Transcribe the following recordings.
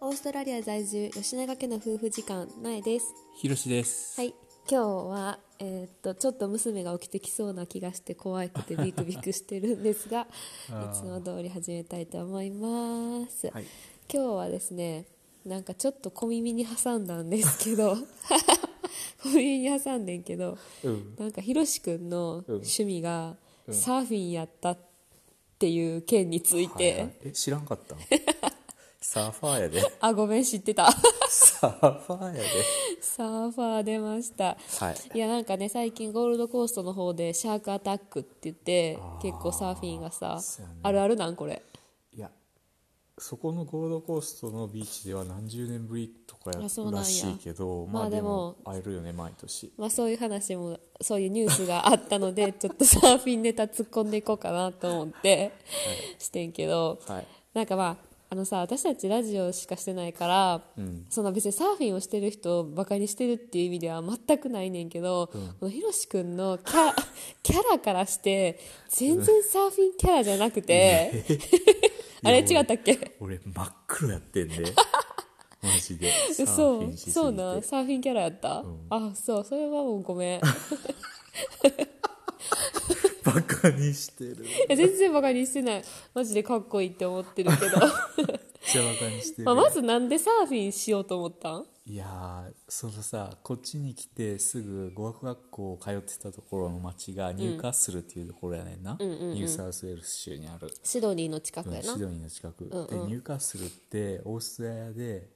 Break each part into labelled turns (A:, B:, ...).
A: オーストラリア在住吉永家の夫婦時間苗です
B: ひろしです。
A: はい今日は、えーっとちょっと娘が起きてきそうな気がして怖くてビクビクしてるんですがい
B: あー
A: つも通り始めたいと思います、
B: はい
A: 今日はですねなんかちょっと小耳に挟んだんですけ ど小耳に挟んでんけど
B: うん。
A: なんかひろしくんの趣味がサーフィンやったっていう件について、
B: はいはいえ、知らんかった サーファーやで。
A: あごめん知ってた
B: サーファーやで。
A: サーファー出ました
B: はい。
A: いやなんかね最近ゴールドコーストの方でシャークアタックって言って
B: あー
A: 結構サーフィンがさ、
B: そうやね
A: あるあるなんこれ
B: いや、そこのゴールドコーストのビーチでは何十年ぶりとかや
A: あそうなんや
B: らしいけど、
A: ま
B: ま
A: あ
B: あ
A: で
B: で
A: も
B: も会えるよね、毎年。
A: まあそういう話もそういうニュースがあったの でちょっとサーフィンネタ突っ込んでいこうかなと思って、してんけど、
B: はい
A: なんかまああのさ私たちラジオしかしてないから、
B: うん
A: そんな別にサーフィンをしてる人をバカにしてるっていう意味では全くないねんけど、このひろしくんのキャ キャラからして全然サーフィンキャラじゃなくて、 あれ
B: いや
A: 違ったっけ
B: 俺、真っ黒やってんで。マ ジで。サーフ
A: そ
B: ィ
A: う
B: ンしすぎて
A: そうなんサーフィンキャラやった、あそうそれはもうごめんい
B: バカにしてる。
A: や全然バカにしてないマジでかっこいいって思ってるけど、
B: じゃバカにしてる。
A: まあ、まずなんでサーフィンしようと思ったん
B: いやーそのさこっちに来てすぐ語学学校通ってたところの町がニューカッスルっていうところやねんな、ニューサウスウェールズ州にある、
A: シドニーの近く
B: うん
A: やな
B: シドニーの近く、でニューカッスルってオーストラリアで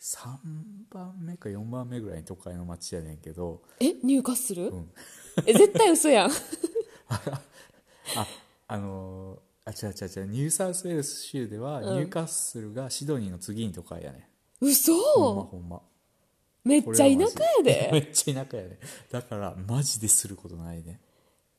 B: 3番目か4番目ぐらいに都会の町やねんけ ど
A: え入荷する、
B: ん
A: え絶対嘘 やん
B: ああのーあ違う違う違うニューサウスウェールズ州ではニューカッスルがシドニーの次に都会やねん、
A: 嘘、
B: ほんまほんま
A: めっちゃ
B: こ
A: 田
B: れ
A: 舎
B: は
A: や
B: マジ
A: で
B: めっちゃ田舎やねだからマジですることないね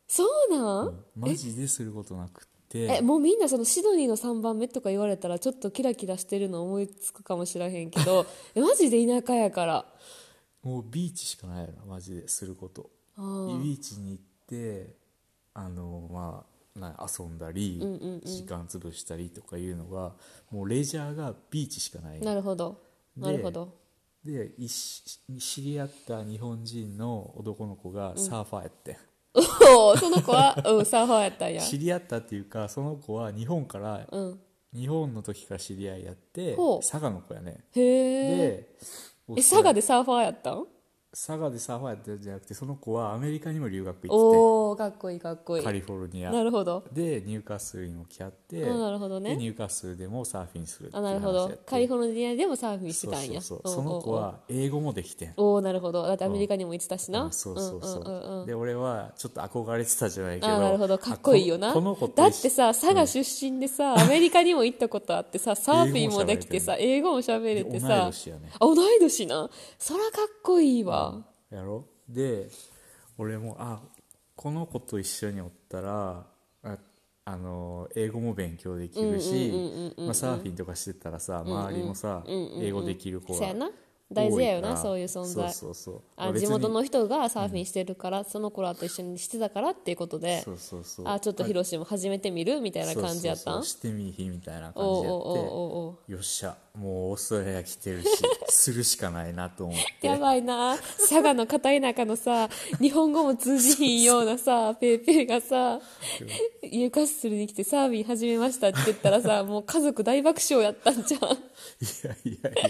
A: そうなん、
B: マジですることなくって
A: えもうみんなそのシドニーの3番目とか言われたらちょっとキラキラしてるの思いつくかもしらへんけ どえマジで田舎やから
B: もうビーチしかないやろマジですること
A: あ
B: ビーチに行ってあのまあな遊んだり、時間潰したりとかいうのがもうレジャーがビーチしかない
A: なるほど
B: で
A: なるほど
B: でいし知り合った日本人の男の子がサーファーやって、
A: おー その子は、うん、サーファーやったんや
B: 知り合ったっていうかその子は日本から、
A: うん
B: 日本の時から知り合いやって
A: ほう
B: 佐賀の子やね
A: へえ
B: でオース
A: 佐
B: トラリア
A: 賀でサーファーやったん
B: 佐賀でサーファーやってるんじゃなくてその子はアメリカにも留学行っ
A: おおかっこいいかっこい
B: てカ
A: い
B: リフォルニア
A: なるほど
B: でニューカッスルにも来合って
A: あなるほどね
B: でニューカッスルでもサーフィンするってい
A: あ
B: う
A: なるほ
B: 話
A: ど
B: やって
A: カリフォルニアでもサーフィンしてたんや
B: そうそう
A: お
B: そ
A: う
B: うその子は英語もできてん
A: おうおうおうなるほどだってアメリカにも行ってたしな、
B: うんそうそうそ
A: ん
B: う,、
A: うんうんうん
B: で俺はちょっと憧れてたじゃないけど
A: あーなるほどかっこいいよな
B: あこのこの子と
A: だ
B: 一緒
A: ってさ佐賀出身でさ、アメリカにも行ったことあって さサーフィンもできてさ英語も喋れて
B: で同い
A: さ
B: 年やね
A: あ同い年なそらかっこいいわ、
B: やろで俺もあこの子と一緒におったらああの英語も勉強できるしまあサーフィンとかしてたらさ周りもさ英語できる子
A: そや
B: が
A: な
B: 多いから
A: 大事やよなそういう存在
B: そうそうそうま
A: あ
B: 別
A: 地
B: に
A: 元の人がサーフィンしてるから、その子らと一緒にしてたからっていうことで
B: そうそうそう
A: あちょっとヒロシも始めてみるみたいな感じやったん
B: そうそうそうしてみいひみたいな感じや
A: お
B: っ
A: う
B: て
A: おうおうおうおう
B: よっしゃもうオーストラリア来 てるしするしかないなと思って
A: やばいな佐賀の片田舎の さ日本語も通じひんようなさペーペーがさユーカッスルに来てサーフィン始めましたって言ったら さもう家族大爆笑やったんじゃ
B: いやいやいや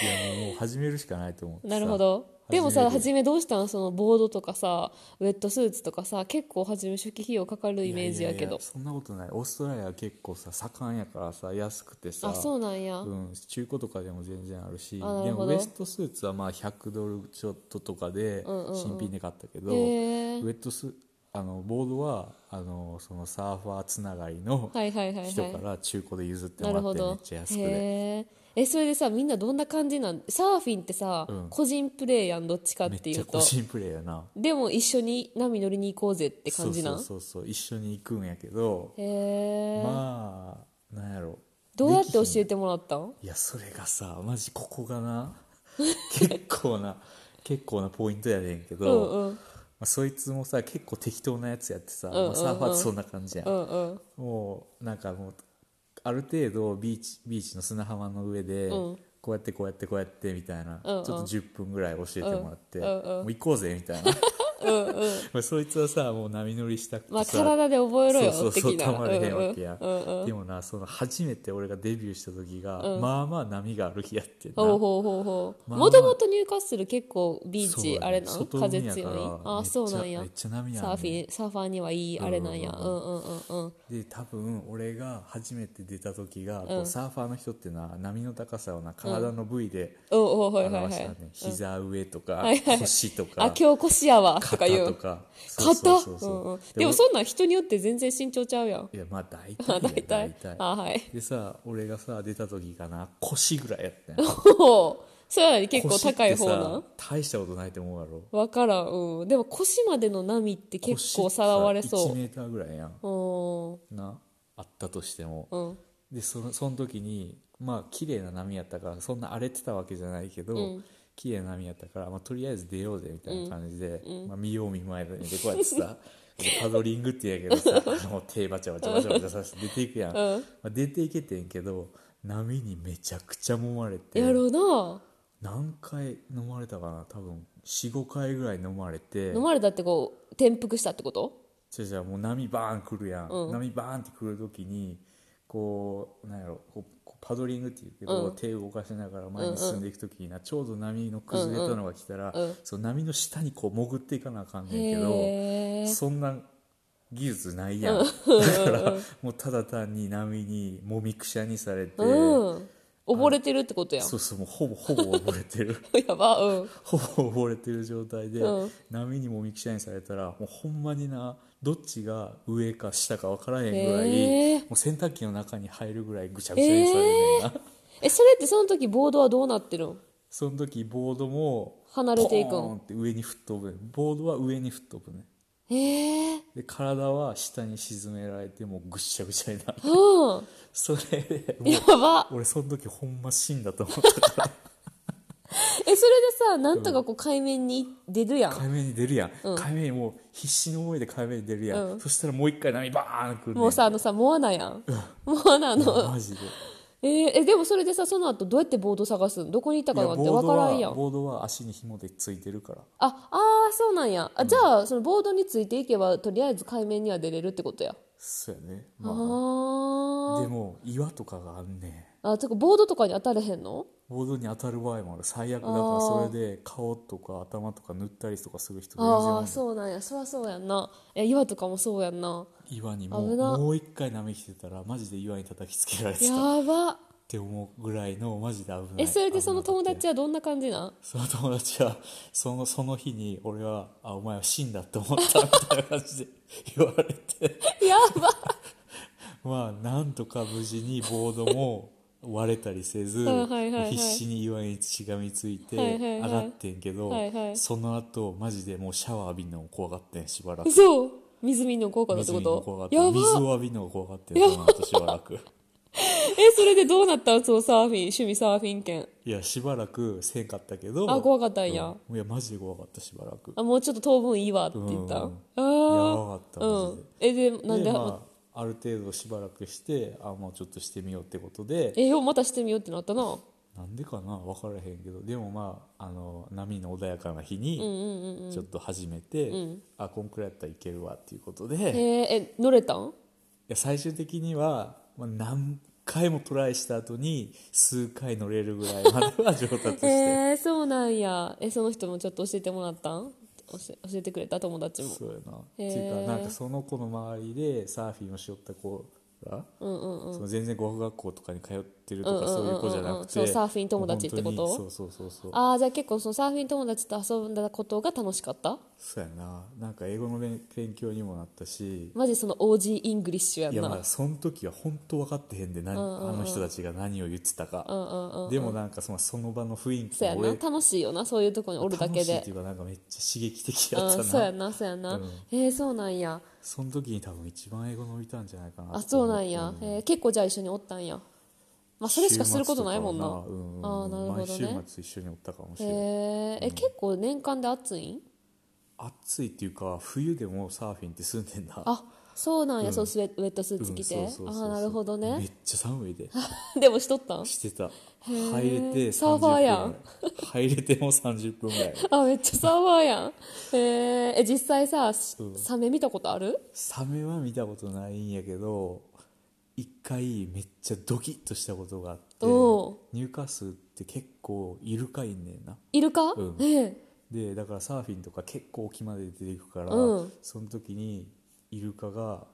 B: いやもう始めるしかないと思って
A: ん
B: さ
A: なるほどでもさ
B: 初
A: 初めどうしたんそのボードとかさウェットスーツとかさ結構初め初期費用かかるイメージやけど
B: いいいそんなことないオーストラリアは結構さ盛んやからさ安くてさ
A: あそうなんや、
B: うん、中古とかでも全然あるしで
A: あなるほ
B: も
A: ど
B: ウエストスーツはまあ100ドルちょっととかで新品で買ったけど、
A: へー
B: ウエットスあのボードはあのそのサーファーつながりの
A: はいはいはいはい
B: 人から中古で譲って
A: な
B: もら
A: る
B: っ
A: ほ
B: てめっ
A: ど
B: ちゃ安くで
A: へええそれでさみんなどんな感じなんサーフィンってさ、
B: うん
A: 個人プレーやんどっちかっ
B: めって
A: い
B: ちゃ
A: う
B: 個
A: と
B: 人プレーやな
A: でも一緒に波乗りに行こうぜって感じなん
B: そうそうそうそう一緒に行くんやけど
A: へえ、
B: まあなんやろ
A: どうやって教
B: できひん
A: えてもらったん
B: いやそれがさマジここがな 結構な結構なポイントやねんけ
A: う
B: ど、ま
A: んうん
B: あ、そいつもさ結構適当なやつやってさ、
A: んうんうん
B: まあ、サーファーってそんな感じやん、
A: うんうん
B: もうなんかもうある程度ビーチビーチの砂浜の上で、
A: うん
B: こうやってこうやってこうやってみたいな、
A: うんうん
B: ちょっと10分ぐらい教えてもらって、
A: うんうん
B: もう行こうぜみたいな まあそいつはさもう波乗りしたくてさ、
A: まあ体で覚えろよ
B: そうそうそう
A: 的な
B: たまれへんわけや、
A: うんうんうんうん
B: でもなその初めて俺がデビューした時が、まあまあ波がある日やってんな
A: ほうほうほうほう
B: まあ
A: もともとニューカッスル結構ビー
B: そうや
A: チ
B: ね
A: あれなん
B: 外
A: 風
B: 海や
A: 強い
B: から
A: あ
B: めっちゃ
A: そうなんや
B: めっちゃ波やんね
A: サーフィンサーファーにはいいあれなんやう
B: うんん
A: う
B: うん
A: うんうん
B: で多分俺が初めて出た時が、こ
A: うん
B: うサーファーの人ってな波の高さをな体の部位で
A: おおはいはい
B: 表
A: は
B: した
A: い
B: ね、膝上とか、
A: はいはい
B: 腰とか
A: あ今日腰やわとか
B: 肩
A: 言
B: と
A: う
B: かそうそう
A: 肩
B: そう
A: うんうん
B: そう
A: でも
B: 俺
A: そんなん人によって全然身長ちゃうやん
B: いやまあ 大体
A: あ
B: や
A: 大体
B: 大体
A: あはい
B: でさ俺がさ出た時かな腰ぐらいやったんや
A: ほうそれなり 結構高い方
B: 腰
A: な
B: っ
A: ん
B: てさ大したことないと思うやろ
A: わからん、うん、でも腰までの波って結構さらわれ
B: 腰っ
A: そ
B: てさ1メーターぐらいやん
A: うお
B: なあったとしても、
A: うん
B: でそのその時にまあ綺麗な波やったからそんな荒れてたわけじゃないけど、
A: うん
B: 綺麗な波やったから、まあ、とりあえず出ようぜみたいな感じで、まあ、見よう見まいでこうやってさ パドリングって言うやけどさあの手バチャバチャバチャバチャさせて出てい くやん、まあ、出ていけてんけど波にめちゃくちゃ揉まれて
A: やろうな
B: 何回飲まれたかな多分45回ぐらい飲まれて
A: 飲まれたってこう転覆したってこと
B: じゃじゃもう波バーン来るやん、
A: うん
B: 波バーンって来る時にこうなんやろこうこうパドリングっていうけど、
A: うん
B: 手を動かしながら前に進んでいく時にな、ちょうど波の崩れたのが来たら、
A: うんうん
B: その波の下にこう潜っていかなあかんねんけど
A: へえ
B: そんな技術ないやん、 だからもうただ単に波にもみくしゃにされて、
A: うん溺れてるってことやん
B: そうそうもうほぼほぼ溺れてる
A: やばうん
B: ほぼ溺れてる状態で、
A: うん
B: 波にもみくしゃにされたらもうほんまになどっちが上か下か分からへんぐらい、
A: へえ
B: もう洗濯機の中に入るぐらいぐちゃぐちゃにされるねんな、
A: えそれってその時ボードはどうなってるん
B: その時ボードも
A: 離れていくん
B: ポーンって上に吹っ飛ぶねボードは上に吹っ飛ぶね
A: へえ
B: で体は下に沈められてもうぐっしゃぐちゃになる
A: うん
B: それでもう
A: やば
B: 俺その時ほんま死んだと 思ったから
A: えそれでさなんとかこう海面に出るやん
B: 海面に出るやん、海面にもう必死の思いで海面に出るやん、そしたらもう一回波バーン来るねん
A: もうさあのさモアナやんモアナの
B: マジで
A: えーえでもそれでさその後どうやってボード探すんどこにいたか
B: いや
A: なんて
B: ボー
A: 分
B: ド
A: からんや
B: は
A: ん
B: ボードは足に紐でついてるから
A: ああーそうなんやあじゃあそのボードについていけばとりあえず海面には出れるってことや
B: そうやね
A: あ
B: まあ
A: ー
B: でも岩とかがあんね
A: あてかボードとかに当たれへんの
B: ボードに当たる場合もある最悪だから
A: あー
B: それで顔とか頭とか塗ったりとかする人全然
A: あ
B: お
A: あ
B: る
A: そうなんやそりゃそうやんなえ岩とかもそうやんな
B: 岩にも
A: 危
B: う
A: な
B: もう一回舐めきてたらマジで岩に叩きつけられて
A: や
B: たっ
A: ば
B: て思うぐらいのマジで危ない
A: えそれでその友
B: 危なかっ
A: 達
B: たよ
A: はどんな感じ なん
B: その友達はそのその日に俺はあお前は死んだって思ったみたいな感じで言われて
A: やば
B: まあなんとか無事にボードも割れたりせず
A: はいはいはいはい
B: 必死に岩にしがみついて
A: はいはい
B: 上
A: はい
B: がってんけど、
A: はいはい
B: その後マジでもうシャワー浴びるのも怖がってんしばらく
A: そう水見んの効果だって
B: 水
A: こ
B: にも怖が
A: と
B: って
A: やば
B: 水を浴びるのが怖がってんその後しばらく
A: えそれでどうなったんそのサーフィン趣味サーフィン券
B: いやしばらくせんかったけど
A: あ怖かったんや
B: うんいやマジで怖かったしばらく
A: あもうちょっと当分いいわって言ったあ
B: うん
A: あ
B: やばかった
A: う
B: マ
A: んえでなん
B: ジで
A: で
B: で、まあ、ある程度しばらくしてあもうちょっとしてみようってことで
A: えよまたしてみようってなったな
B: なんでかな分からへんけどでもまああの波の穏やかな日にちょっと始めて、あこんくらいやったらいけるわっていうことで、
A: へ
B: い
A: ええ乗れたん
B: や最終的には、まあ、何回もトライした後に数回乗れるぐらいま では上達して、
A: えー、そうなんやえその人もちょっと教えてもらったん教え教えてくれた友達も
B: そうやな、
A: へー
B: っていうかなんかその子の周りでサーフィンをしよった子が、
A: うんうんうん
B: その全然語学学校とかに通ってるとか
A: うんうん
B: そう
A: うんうんうん
B: いう子じゃなくて、
A: そうサーフィン友達ってこと
B: もう本当にそうそうそうそう
A: ああじゃあ結構そのサーフィン友達と遊んだことが楽しかった
B: そうやななんか英語の勉勉強にもなったし
A: マジその OG イングリッシュやん
B: いや
A: な
B: まあその時は本当分かってへんで何、あの人たちが何を言ってたか、でもなんかそのその場の雰囲気
A: そうや
B: が
A: な
B: 俺
A: 楽しいよなそういうとこにおるだ
B: 楽
A: け
B: しい
A: で
B: っていうかなんかめっちゃ刺激的やった
A: うん
B: な
A: そうやなそうやな、
B: うん
A: へえそうなんや
B: その時に多分一番英語伸びたんじゃないかな
A: あ
B: って
A: そ
B: 思
A: うなんや、へえ結構じゃあ一緒におったんやまあそれしかすることないもんな
B: 週末とか
A: あ
B: は
A: あ
B: な
A: なる
B: うん
A: ほどね
B: 毎週末一緒におったかもし
A: へ
B: れない
A: ええ結構年間で暑いん
B: 暑いっていうか冬でもサーフィンって住んでんな
A: あそうなんや、
B: うん
A: そうスウェウェットスーツ着て、
B: うんそうそうそうそ
A: あ
B: う
A: あなるほど
B: め
A: ね
B: っちゃ寒 いで
A: でもしとったん
B: してた
A: ー
B: 入れて
A: サーファーやん
B: 30分ぐらい入れても30分ぐらい
A: あめっちゃサーバーやんへええ実際さ、し
B: うん
A: サメ見たことある
B: サメは見たことないんやけど一回めっちゃドキッとしたことがあって
A: おう
B: ニューカッスルって結構イルカいんねんな
A: イルカ、
B: うん
A: ええ
B: でだからサーフィンとか結構沖まで出ていくから、
A: うん
B: その時にイルカが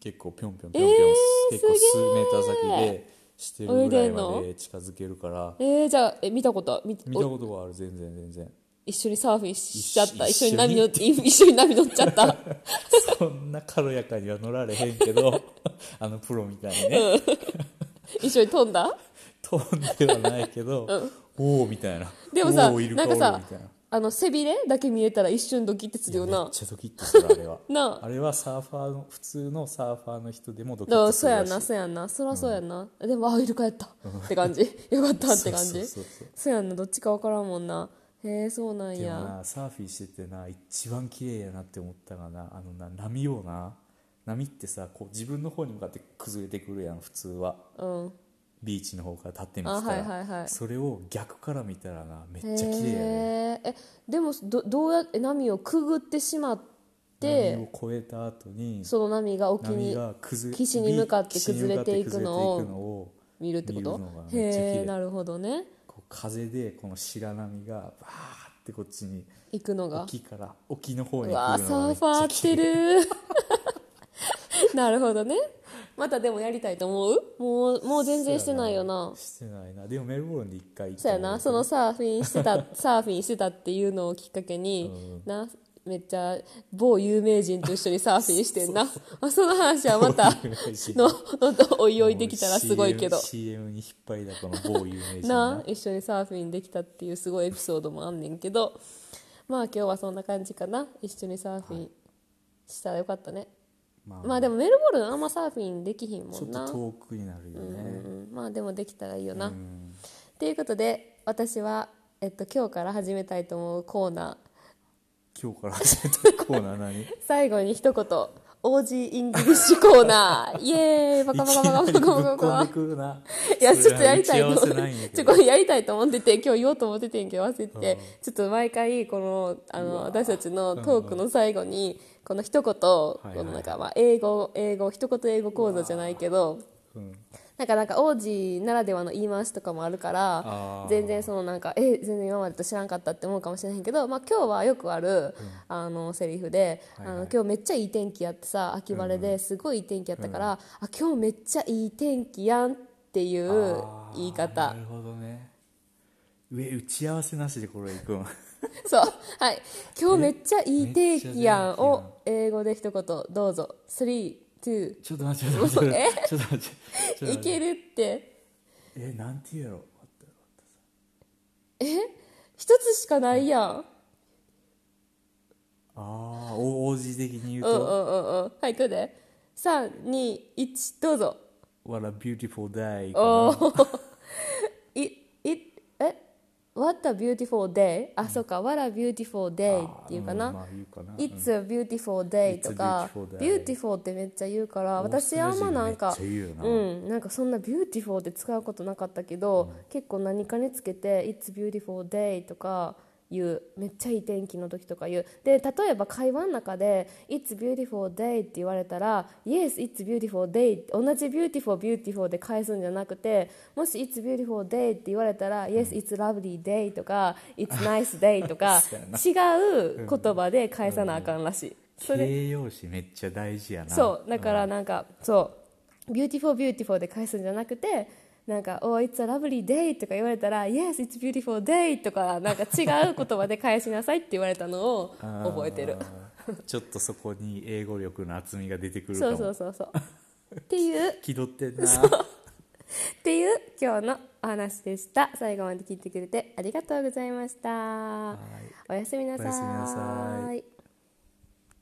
B: 結構ぴょんぴょん
A: え
B: ぴ
A: ー
B: ょんぴょん、結構
A: す
B: 数
A: げ
B: メータ
A: ー
B: ー先でしてるぐらい
A: 泳いで
B: ま
A: ん
B: で近づけるから
A: えー、じゃあえ見たことみ
B: 見た
A: お
B: ことはある全然全然
A: 一緒にサーフィンししちゃった
B: 一
A: 一
B: 緒
A: 緒に波乗っ 一緒に波乗っちゃった
B: そんな軽やかには乗られへんけど あのプロみたいにね、
A: 一緒に飛んだ
B: 飛んではないけど、おおみたいな
A: でもさ
B: おーイルカ
A: なんか
B: おー
A: さ
B: みたいな
A: あの背びれだけ見えたら一瞬ドキッてするよ
B: めっ
A: な
B: ちゃドキッとするあ れは
A: なあ
B: あれはサーファーの普通のサーファーの人でもドキッ
A: だか
B: と
A: ら
B: す
A: そう
B: るら
A: や
B: しい
A: なそうやなそらそうやな、でもあイルカやったって 感じよかったって感
B: そう
A: じ
B: そうそうそう
A: そうやんなどっちか分からんもんなへえそうなん
B: でも
A: や
B: なサーフィンしててな一番綺麗やなって思ったがなあのな波をな波ってさこう自分の方に向かって崩れてくるやん普通は
A: うん
B: ビーチの方から立ってみてたら、
A: あはいはいはい
B: それを逆から見たらなめっ
A: へ
B: ちゃ綺麗やね
A: ええでもどどうやって波をくぐってしまって
B: 波を越えた後に
A: その波が沖
B: 波
A: に
B: が崩れ
A: 岸に向かって崩れていくのを
B: 岸に向かって崩れていくのを
A: 見るってこと
B: 見るのがめっちゃ綺麗
A: へえなるほどね
B: こう風でこの白波がバーってこっちに
A: 行くのが
B: 沖から沖の方
A: う
B: に
A: わー
B: 来る
A: サ
B: のがめ
A: ー
B: っ
A: ファーっ
B: ちゃ綺
A: て
B: 麗
A: る なるほどねまたでもやりたいと思うもうもう全然してないよな
B: してないなでもメルボルンで一回行った
A: そうやな そのサーフィンして たサーフィンしてたっていうのをきっかけに、なめっちゃ某有名人と一緒にサーフィンしてんな まあその話はま たののとおいおいできたらすごいけど
B: CM, に引っ張りだこの某有名人
A: な一緒にサーフィンできたっていうすごいエピソードもあんねんけどまあ今日はそんな感じかな一緒にサーフィンしたらよかったね、
B: ま
A: まあでもメルボルンあんまサーフィンできひんも
B: ちょっ
A: んな
B: と遠くになるよね、
A: うんまあでもできたらいいよな、
B: うん
A: ということで私は、えっと、今日から始めたいと思うコーナー
B: 今日から始めたコーナー何
A: 最後に一言 OG イングリッシュコーナ ーイエーイバカバカバカ
B: い
A: バ
B: きなりぶ
A: カバ
B: っ
A: カ
B: こん
A: バ
B: で
A: カ
B: くるない
A: やちょっとやりたいと
B: と
A: 思
B: 思
A: っ
B: ってて
A: ちょこれやりたいと思ってて今日言おうと思っててんけど忘れてて
B: うん
A: ちょっと毎回このあの私たちのトークの最後にこの一言こ
B: はいはい
A: のなんかまあ英語英語一言英語講座じゃないけど
B: うん
A: なんかなんか王子ならではの言い回しとかもあるか
B: あ
A: ら
B: ー
A: 全然そのなんかえ全然今までと知らんかったって思うかもしれへんけど、まあ、今日はよくある、あのセリフで、
B: はいはい
A: あの今日めっちゃいい天気やってさ秋晴れですごいいい天気やったから、あ今日めっちゃいい天気やんっていう
B: あー
A: 言い方
B: なるほどね上打ち合わせなしでこれい くん
A: そうはい今日めっちゃいい天気やん
B: めっちゃ天気やん
A: を英語で一言どうぞ3,2
B: ちょっと待ってちょっと待ってちょっと待ってちょっと待って
A: いけるって
B: えなんて言うやろ
A: 一つしかないやん
B: ああ王子的に言う
A: うんう
B: と
A: んうんうんはいどうで321どうぞ
B: 「What a beautiful day か
A: お
B: な」
A: ーいいえ What a beautiful day あ、そうか What a beautiful day っていうかな、
B: んまあ言うかな
A: It's a beautiful day とか
B: It's a beautiful day
A: beautiful ってめっちゃ言うから
B: オース
A: 私
B: トラ
A: あ
B: リ
A: ん
B: ア人
A: まなんか
B: めっちゃ言うよな
A: うんなんかそんな beautiful って使うことなかったけど結構何かにつけて It's beautiful day とか言うめっちゃいい天気の時とか言うで例えば会話の中で It's beautiful day って言われたら Yes, it's beautiful day 同じ beautiful beautiful で返すんじゃなくてもし It's beautiful day って言われたら Yes, it's lovely day とか It's nice day とか
B: そうやな
A: 違う言葉で返さなあかんらしい、それ
B: 形容詞めっちゃ大事やな
A: そうだからなんか、そう「beautiful beautiful」で返すんじゃなくてなんか「oh it's a lovely day」とか言われたら「yes it's beautiful day」とかなんか違う言葉で返しなさいって言われたのを
B: あー
A: 覚えてる
B: ちょっとそこに英語力の厚みが出てくるか
A: そ
B: も
A: うそうそうそうっていうっ
B: 気取ってんな
A: ていう今日のお話でした最後まで聞いてくれてありがとうございました
B: い
A: おやすみなさ
B: おやすみなさ
A: い